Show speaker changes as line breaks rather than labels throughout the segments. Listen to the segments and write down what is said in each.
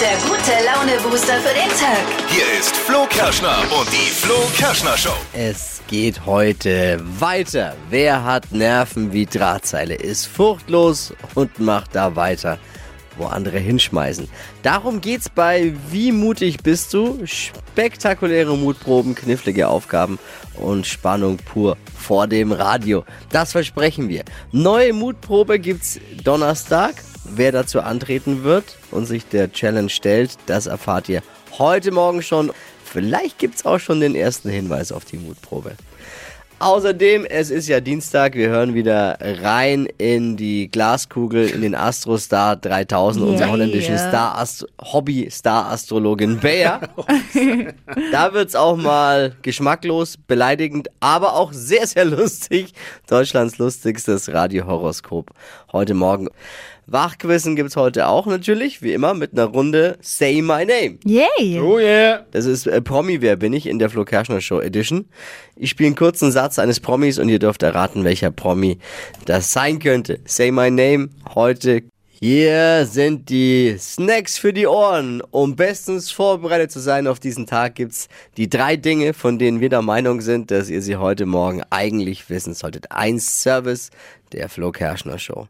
Der gute Laune-Booster für den Tag.
Hier ist Flo Kerschner und die Flo Kerschner Show.
Es geht heute weiter. Wer hat Nerven wie Drahtseile, ist furchtlos und macht da weiter, wo andere hinschmeißen. Darum geht's bei Wie mutig bist du? Spektakuläre Mutproben, knifflige Aufgaben und Spannung pur vor dem Radio. Das versprechen wir. Neue Mutprobe gibt's Donnerstag. Wer dazu antreten wird und sich der Challenge stellt, das erfahrt ihr heute Morgen schon. Vielleicht gibt's auch schon den ersten Hinweis auf die Mutprobe. Außerdem, es ist ja Dienstag, wir hören wieder rein in die Glaskugel, in den Astrostar 3000, unserer holländischen Star-Astro- Hobby-Star-Astrologin Bea. Da wird's auch mal geschmacklos, beleidigend, aber auch sehr, sehr lustig. Deutschlands lustigstes Radiohoroskop heute Morgen. Wachquissen gibt's heute auch natürlich, wie immer, mit einer Runde Say My Name.
Yay!
Oh yeah.
Das ist äh, Promi, wer bin ich in der Flo Kerschner Show Edition. Ich spiele einen kurzen Satz eines Promis und ihr dürft erraten, welcher Promi das sein könnte. Say my name heute. Hier sind die Snacks für die Ohren. Um bestens vorbereitet zu sein auf diesen Tag gibt's die drei Dinge, von denen wir der Meinung sind, dass ihr sie heute Morgen eigentlich wissen solltet. Eins Service der Flo Kerschner Show.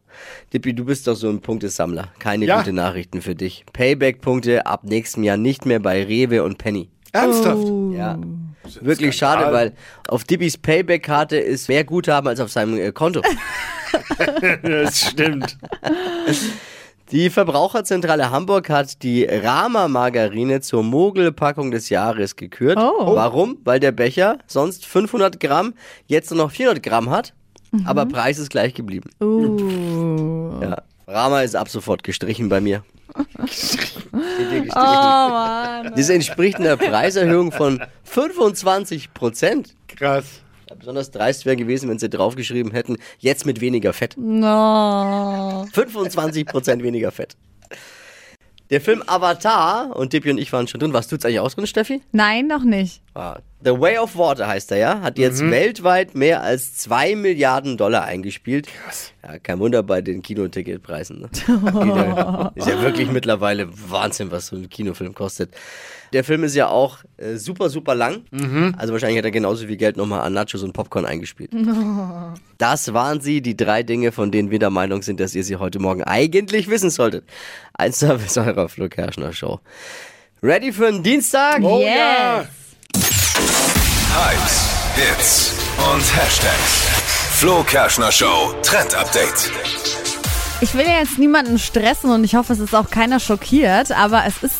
Dippi, du bist doch so ein Punktesammler. Keine
Ja.
gute Nachrichten für dich. Payback-Punkte ab nächstem Jahr nicht mehr bei Rewe und Penny. Oh.
Ernsthaft?
Ja. Wirklich schade, weil auf Dibbys Payback-Karte ist mehr Guthaben als auf seinem äh, Konto.
Das stimmt.
Die Verbraucherzentrale Hamburg hat die Rama-Margarine zur Mogelpackung des Jahres gekürt.
Oh.
Warum? Weil der Becher sonst 500 Gramm, jetzt nur noch 400 Gramm hat, aber Preis ist gleich geblieben.
Mhm. Uh.
Ja. Rama ist ab sofort gestrichen bei mir. Steht hier
Oh
gestrichen.
Mann.
Das entspricht einer Preiserhöhung von 25 Prozent.
Krass.
Besonders dreist wäre gewesen, wenn sie draufgeschrieben hätten, jetzt mit weniger Fett.
No.
25% weniger Fett. Der Film Avatar, und Dippy und ich waren schon drin, warst du jetzt eigentlich auch drin, Steffi?
Nein, noch nicht.
Ah, The Way of Water heißt er ja, hat
Mhm.
jetzt weltweit mehr als 2 Milliarden Dollar eingespielt. Krass. Ja, kein Wunder bei den Kinoticketpreisen. Ne? Die da- ist ja wirklich mittlerweile Wahnsinn, was so ein Kinofilm kostet. Der Film ist ja auch äh, super, super lang.
Mhm.
Also wahrscheinlich hat er genauso viel Geld nochmal an Nachos und Popcorn eingespielt. Das waren sie, die drei Dinge, von denen wir der Meinung sind, dass ihr sie heute Morgen eigentlich wissen solltet. Ein Service eurer Flo Kerschner Show. Ready für einen Dienstag?
Oh
Yes.
ja.
Hypes, Hits und Hashtags. Flo Kerschner Show Trend Update.
Ich will ja jetzt niemanden stressen und ich hoffe, es ist auch keiner schockiert, aber es ist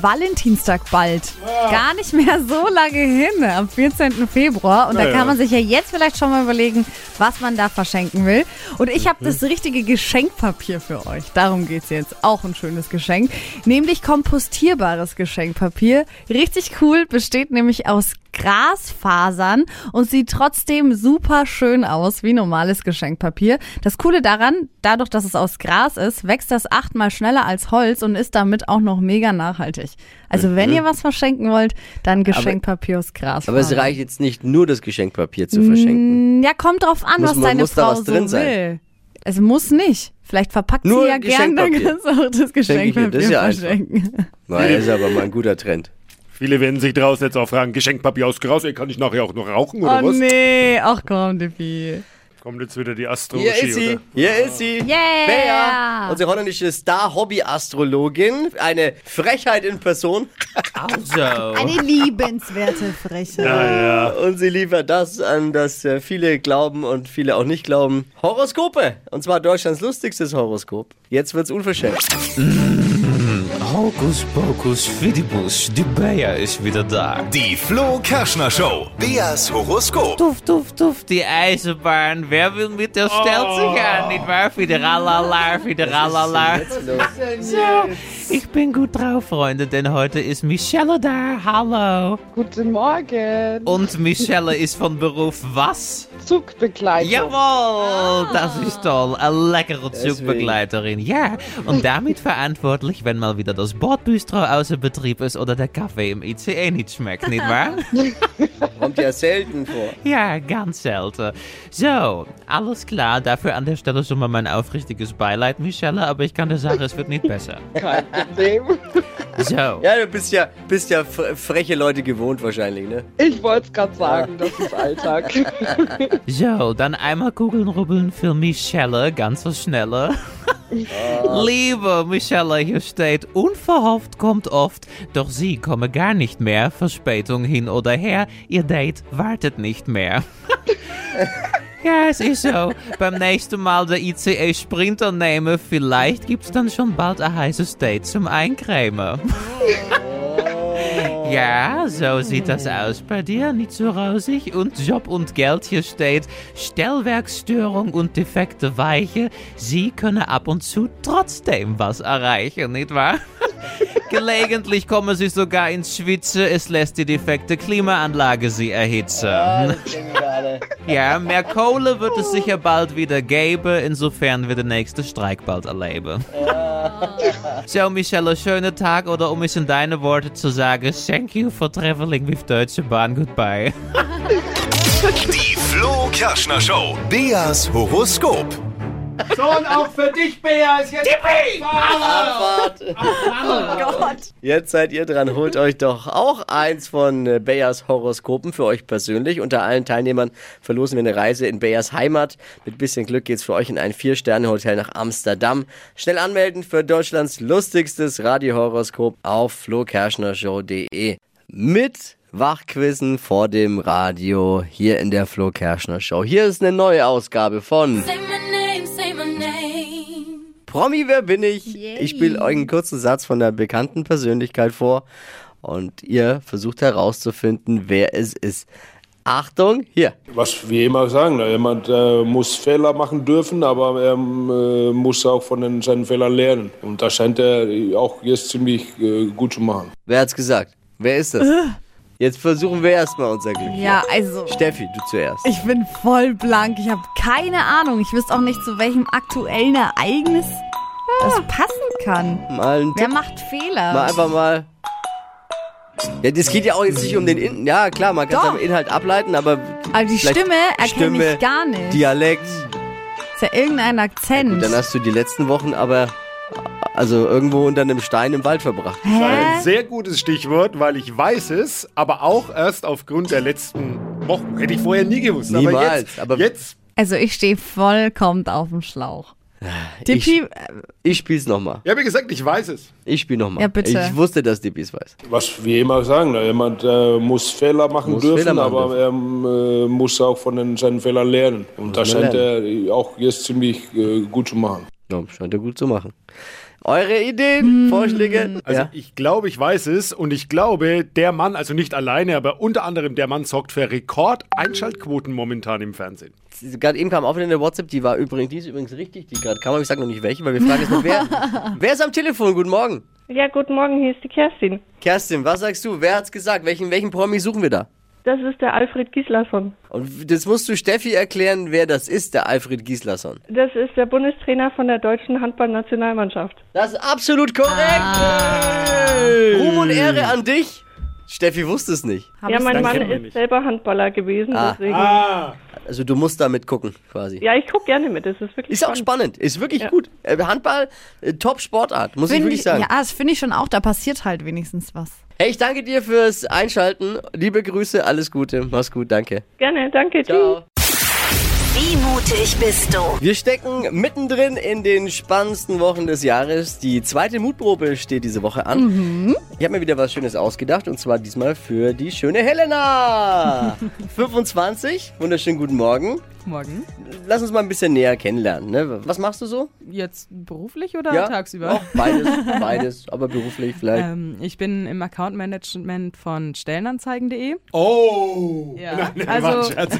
Valentinstag bald. Gar nicht mehr so lange hin, am 14. Februar. Und da
Naja.
kann man sich ja jetzt vielleicht schon mal überlegen, was man da verschenken will. Und ich habe das richtige Geschenkpapier für euch. Darum geht's jetzt. Auch ein schönes Geschenk. Nämlich kompostierbares Geschenkpapier. Richtig cool, besteht nämlich aus Grasfasern und sieht trotzdem super schön aus, wie normales Geschenkpapier. Das Coole daran, dadurch, dass es aus Gras ist, wächst das achtmal schneller als Holz und ist damit auch noch mega nachhaltig. Also wenn ihr was verschenken wollt, dann Geschenkpapier aus Gras.
Mhm.
Hm,
Aber es reicht jetzt nicht nur das Geschenkpapier zu verschenken.
Ja, kommt drauf an,
Muss
was
man-
deine
muss da
Frau
was drin
so
sein?
will. Es muss nicht. Vielleicht verpackt
Nur
sie ja gerne
Geschenkpapier.
gesorgtes
Schenke ich ihr
Geschenkpapier
das ja einfach.
verschenken.
Na, ist aber mal ein guter Trend.
Viele werden sich draußen jetzt auch fragen, Geschenkpapier aus Gras, ey, kann ich nachher auch noch rauchen oder
Oh
was?
nee, ach komm, Dippy.
Kommt jetzt wieder die Astrologie,
Hier ist sie,
oder?
hier ist sie.
Yeah.
Bea, unsere holländische Star-Hobby-Astrologin, eine Frechheit in Person.
Eine liebenswerte Frechheit.
Ah,
Und sie liefert das an, das äh, viele glauben und viele auch nicht glauben. Horoskope. Und zwar Deutschlands lustigstes Horoskop. Jetzt wird's unverschämt.
Hocus pocus fidibus, die Bea ist wieder da.
Die Flo Kerschner Show. Beas Horoskop.
Tuff, tuff, tuff, die Eisenbahn. Wer will mit der Stelze gaan, nicht wahr? Fideralala, fideralala. Ich bin gut drauf, Freunde, denn heute ist Michelle da. Hallo.
Guten Morgen,
Und Michelle ist von Beruf was?
Oh.
Zugbegleitung.
Jawohl, das ist toll. Eine leckere
Deswegen.
Zugbegleiterin. Ja, und damit verantwortlich, wenn mal wieder das Bordbistro außer Betrieb ist oder der Kaffee im ICE nicht schmeckt, nicht wahr?
Kommt ja selten vor.
Ja, ganz selten. So, alles klar. Dafür an der Stelle schon mal mein aufrichtiges Beileid, Michelle, aber ich kann dir sagen, es wird nicht besser.
Kein Problem.
So.
Ja, du bist ja, bist ja fre- freche Leute gewohnt wahrscheinlich, ne?
Ich wollte es gerade sagen, das ist Alltag.
So, dann einmal Kugeln rubbeln für Michelle, ganz so schneller. Liebe Michelle, hier steht, unverhofft kommt oft, doch sie komme gar nicht mehr, Verspätung hin oder her, ihr Date wartet nicht mehr. ja, es ist so, beim nächsten Mal der ICE Sprinter nehmen, vielleicht gibt's dann schon bald ein heißes Date zum Eincremen. Ja, so sieht das aus bei dir, nicht so rosig. Und Job und Geld hier steht, Stellwerksstörung und defekte Weiche, sie können ab und zu trotzdem was erreichen, nicht wahr? Gelegentlich kommen sie sogar ins Schwitze, es lässt die defekte Klimaanlage sie erhitzen. Ja, mehr Kohle wird es sicher bald wieder geben, insofern wir den nächsten Streik bald erleben. So, Michelle, schönen Tag oder um es in deine Worte zu sagen, thank you for traveling with Deutsche Bahn, goodbye.
Die Flo Kerschner Show. Beas Horoskop.
Sohn, auch für dich, Bea, ist jetzt...
Jetzt seid ihr dran. Holt euch doch auch eins von äh, Bayers Horoskopen für euch persönlich. Unter allen Teilnehmern verlosen wir eine Reise in Bayers Heimat. Mit bisschen Glück geht's für euch in ein Vier-Sterne-Hotel nach Amsterdam. Schnell anmelden für Deutschlands lustigstes Radiohoroskop auf flokerschnershow.de. Mit Wachquissen vor dem Radio hier in der Flo Kerschner Show. Hier ist eine neue Ausgabe von
Say my name, say my name.
Promi, wer bin ich? Ich spiele euch einen kurzen Satz von einer bekannten Persönlichkeit vor und ihr versucht herauszufinden, wer es ist. Achtung, hier.
Was wir immer sagen, jemand äh, muss Fehler machen dürfen, aber er äh, muss auch von den, seinen Fehlern lernen. Und das scheint er auch jetzt ziemlich äh, gut zu machen.
Wer hat's gesagt? Wer ist das? Jetzt versuchen wir erstmal unser Glück.
Ja, also.
Steffi, du zuerst.
Ich bin voll blank. Ich habe keine Ahnung. Ich wüsste auch nicht, zu welchem aktuellen Ereignis das passen kann.
Mal einen
Wer
Tipp,
macht Fehler?
mal einfach mal. Ja, das geht ja auch jetzt nicht um den Inhalt. Ja, klar, man kann es
Doch.
am Inhalt ableiten, aber
Aber die
vielleicht
Stimme erkenne
Stimme,
ich gar nicht. Hm.
Dialekt.
ist ja irgendein Akzent.
Gut, dann hast du die letzten Wochen aber also irgendwo unter einem Stein im Wald verbracht.
Ein
Hä?
sehr gutes Stichwort, weil ich weiß es, aber auch erst aufgrund der letzten Wochen. Hätte ich vorher nie gewusst. aber
Niemals,
jetzt,
aber-
jetzt
Also ich stehe vollkommen auf dem Schlauch.
Ich-
Dippi, äh,
Ich spiel's nochmal.
ja, wie gesagt, ich weiß es.
Ich spiele nochmal.
Ja, bitte.
Ich wusste, dass Dippi es weiß.
Was wir immer sagen, jemand äh, muss Fehler machen
Muss
dürfen,
Fehler machen
aber er äh, muss auch von den, seinen Fehlern lernen. Und das
man
scheint er auch jetzt ziemlich äh, gut zu machen.
Ja, scheint er gut zu machen. Eure
Hm.
Ideen, Vorschläge?
Also
ja.
ich glaube, ich weiß es und ich glaube, der Mann, also nicht alleine, aber unter anderem der Mann sorgt für Rekord-Einschaltquoten momentan im Fernsehen.
Gerade eben kam auch wieder eine WhatsApp, die war übrigens, die ist übrigens richtig, die gerade kam, aber ich sage noch nicht welche, weil wir fragen jetzt noch, wer, wer ist am Telefon? Guten Morgen.
Ja, guten Morgen, hier ist die Kerstin.
Kerstin, was sagst du? Wer hat's gesagt? Welchen, welchen Promi suchen wir da?
Das ist der Alfred Gislason.
Und das musst du Steffi erklären, wer das ist, der Alfred Gislason.
Das ist der Bundestrainer von der deutschen Handballnationalmannschaft.
Das ist absolut korrekt.
Ah.
Ruhm und Ehre an dich. Steffi wusste es nicht.
hab
Ja,
ich's-
mein
Dann
Mann
kennen wir
ist
nicht.
selber Handballer gewesen,
Ah.
deswegen.
Also du musst da mitgucken, quasi.
Ja, ich gucke gerne mit, das ist wirklich
Ist auch spannend, ist wirklich gut. Äh, Handball, äh, Top-Sportart, muss ich
find
wirklich
ich,
sagen.
ja, ah, das finde ich schon auch. Da passiert halt wenigstens was.
Hey, ich danke dir fürs Einschalten. Liebe Grüße, alles Gute. Mach's gut, danke.
Gerne, danke, tschüss.
Ciao.
Wie mutig bist du?
Wir stecken mittendrin in den spannendsten Wochen des Jahres. Die zweite Mutprobe steht diese Woche an.
Mhm.
Ich habe mir wieder was Schönes ausgedacht und zwar diesmal für die schöne Helena. 25, wunderschönen guten Morgen.
Morgen.
Lass uns mal ein bisschen näher kennenlernen. Ne? Was machst du so?
Jetzt beruflich oder tagsüber?
Auch beides, beides, aber beruflich vielleicht.
Ähm, ich bin im Account Management von Stellenanzeigen.de.
Oh!
Ja.
Also,
Also,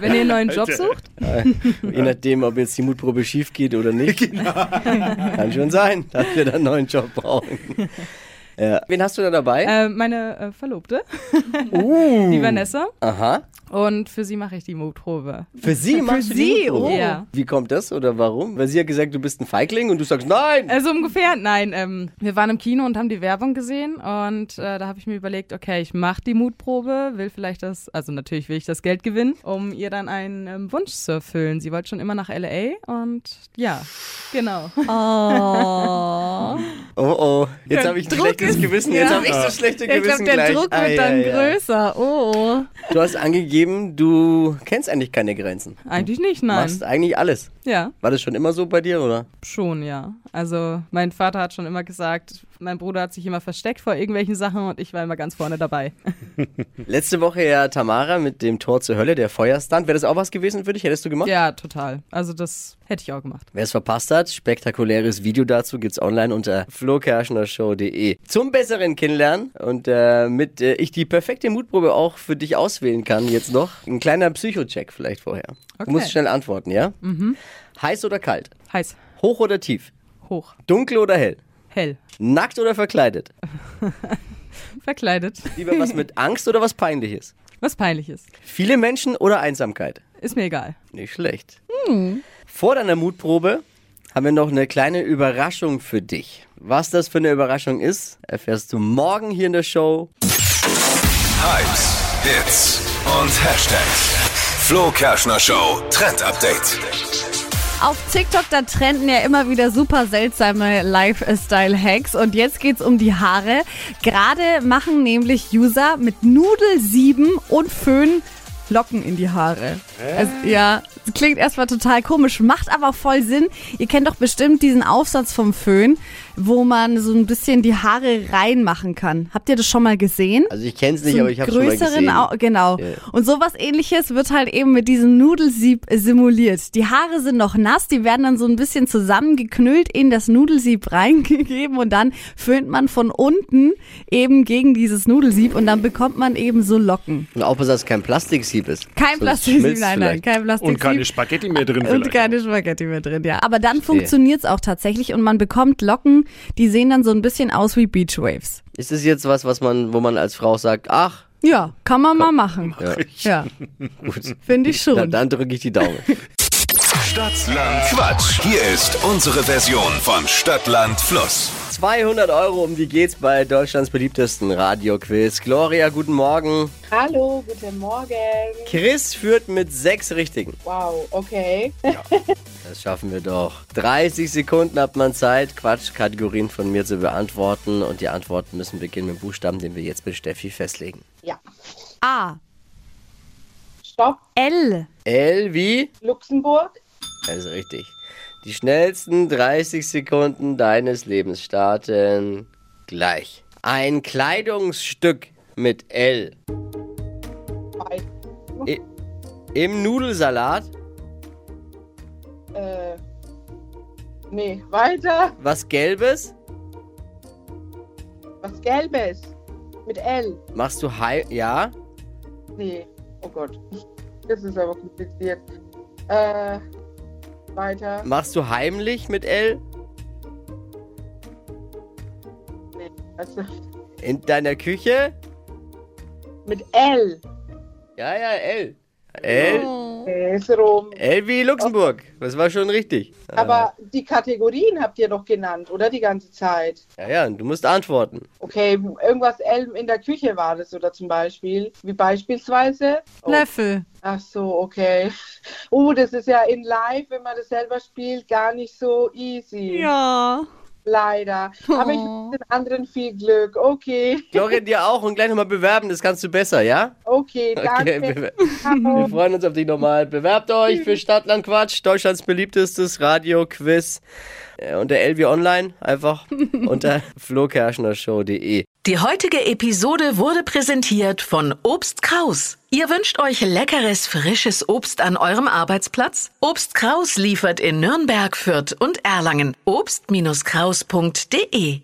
wenn ihr einen neuen Job sucht,
Je nachdem, ob jetzt die Mutprobe schief geht oder nicht. Kann schon sein, dass wir da einen neuen Job brauchen. Ja. Wen hast du da dabei?
äh, meine äh, Verlobte, die Vanessa,
Aha.
und für sie mache ich die Mutprobe.
Für sie machst du die
sie,
Mutprobe?
oh. Ja.
Wie kommt das oder warum? Weil sie hat gesagt, du bist ein Feigling und du sagst,
Äh,
nein.
Also ungefähr, nein, ähm, wir waren im Kino und haben die Werbung gesehen und äh, da habe ich mir überlegt, okay, ich mache die Mutprobe, will vielleicht das, also natürlich will ich das Geld gewinnen, um ihr dann einen ähm, Wunsch zu erfüllen. Sie wollte schon immer nach L.A. und ja, genau.
Oh oh, Jetzt habe ich ein schlechtes Gewissen. Jetzt habe ich das schlechte
Ich
Gewissen
glaube, der
gleich.
Druck wird
Ah, ja,
dann
ja.
größer. Oh.
Du hast angegeben, du kennst eigentlich keine Grenzen.
Eigentlich nicht,
Du
nein.
machst eigentlich alles.
Ja.
War das schon immer so bei dir, oder?
Schon, ja. Also mein Vater hat schon immer gesagt, mein Bruder hat sich immer versteckt vor irgendwelchen Sachen und ich war immer ganz vorne dabei.
Letzte Woche ja Tamara mit dem Tor zur Hölle, der Feuerstand. Wäre das auch was gewesen für dich? Hättest du gemacht?
Ja, total. Also das hätte ich auch gemacht.
Wer es verpasst hat, spektakuläres Video dazu gibt's online unter flokerschnershow.de. Zum besseren Kennenlernen und äh, mit äh, ich die perfekte Mutprobe auch für dich auswählen kann jetzt noch. Ein kleiner Psychocheck vielleicht vorher.
Okay.
Du musst schnell antworten, ja?
Mhm.
Heiß oder kalt?
Heiß.
Hoch oder tief?
Hoch.
Dunkel oder hell?
Hell.
Nackt oder verkleidet?
Verkleidet.
Lieber was mit Angst oder was Peinliches?
Was Peinliches.
Viele Menschen oder Einsamkeit?
Ist mir egal.
Nicht schlecht.
Hm.
Vor deiner Mutprobe haben wir noch eine kleine Überraschung für dich. Was das für eine Überraschung ist, erfährst du morgen hier in der Show.
Hypes, Hits und Hashtags. Flo Kerschner Show Trend Update.
Auf TikTok, da trenden ja immer wieder super seltsame Lifestyle-Hacks. Und jetzt geht's um die Haare. Gerade machen nämlich User mit Nudelsieben und Föhn Locken in die Haare.
Hä?
Es, ja, es klingt erstmal total komisch, macht aber voll Sinn. Ihr kennt doch bestimmt diesen Aufsatz vom Föhn, wo man so ein bisschen die Haare reinmachen kann. Habt ihr das schon mal gesehen?
Also ich kenn's nicht,
So
aber ich
einen
habe schon mal
größeren
gesehen.
Au- genau.
Ja.
Und sowas ähnliches wird halt eben mit diesem Nudelsieb simuliert. Die Haare sind noch nass, die werden dann so ein bisschen zusammengeknüllt in das Nudelsieb reingegeben und dann föhnt man von unten eben gegen dieses Nudelsieb und dann bekommt man eben so Locken.
Und auch, dass das kein Plastiksieb ist.
Kein
Sonst
Plastiksieb,
schmilzt
nein, nein,
vielleicht.
kein Plastiksieb. Und keine
Spaghetti mehr drin
Und keine Spaghetti mehr drin, ja. Aber dann
Verstehe.
funktioniert's auch tatsächlich und man bekommt Locken, die sehen dann so ein bisschen aus wie Beachwaves.
Ist das jetzt was, was man, wo man als Frau sagt, ach,
Ja, kann man mal machen.
ja.
Ja,
gut.
finde ich schon.
Dann, dann drücke ich die Daumen.
Stadtland Quatsch. Hier ist unsere Version von Stadtland Fluss.
200 Euro, um die geht's bei Deutschlands beliebtesten Radioquiz. Gloria, guten Morgen.
Hallo, guten Morgen.
Chris führt mit sechs Richtigen.
Wow, okay.
Das schaffen wir doch. 30 Sekunden hat man Zeit, Quatschkategorien von mir zu beantworten. Und die Antworten müssen beginnen mit dem Buchstaben, den wir jetzt mit Steffi festlegen.
Ja.
A.
Stopp.
L.
L wie?
Luxemburg.
Das ist richtig. Die schnellsten 30 Sekunden deines Lebens starten gleich. Ein Kleidungsstück mit L. I Im Nudelsalat.
Äh, nee, weiter.
Was Gelbes?
Was Gelbes. Mit L.
Machst du Hai? Ja.
Nee. Oh Gott. Das ist aber kompliziert. Äh, weiter.
Machst du heimlich mit L?
Nee. Also,
In deiner Küche?
mit L.
Ja, ja, L. L.
Äh, Ist rum.
L wie Luxemburg. Das war schon richtig. Ah.
Aber die Kategorien habt ihr doch genannt, oder? Die ganze Zeit.
Ja, ja, und du musst antworten.
Okay, irgendwas Elm in der Küche war das oder zum Beispiel. Wie beispielsweise? Oh.
Löffel.
Ach so, okay. Oh, das ist ja in Live, wenn man das selber spielt, gar nicht so easy.
Ja.
Leider. Aber ich wünsche den anderen viel Glück. Okay.
Gloria, dir auch und gleich nochmal bewerben, das kannst du besser, ja?
Okay, danke.
bewer- wir freuen uns auf dich nochmal. Bewerbt euch für Stadtland Quatsch, Deutschlands beliebtestes Radio-Quiz. Äh, unter LW Online, einfach unter flokerschnershow.de.
Die heutige Episode wurde präsentiert von Obst Kraus. Ihr wünscht euch leckeres, frisches Obst an eurem Arbeitsplatz? Obst Kraus liefert in Nürnberg, Fürth und Erlangen. Obst-Kraus.de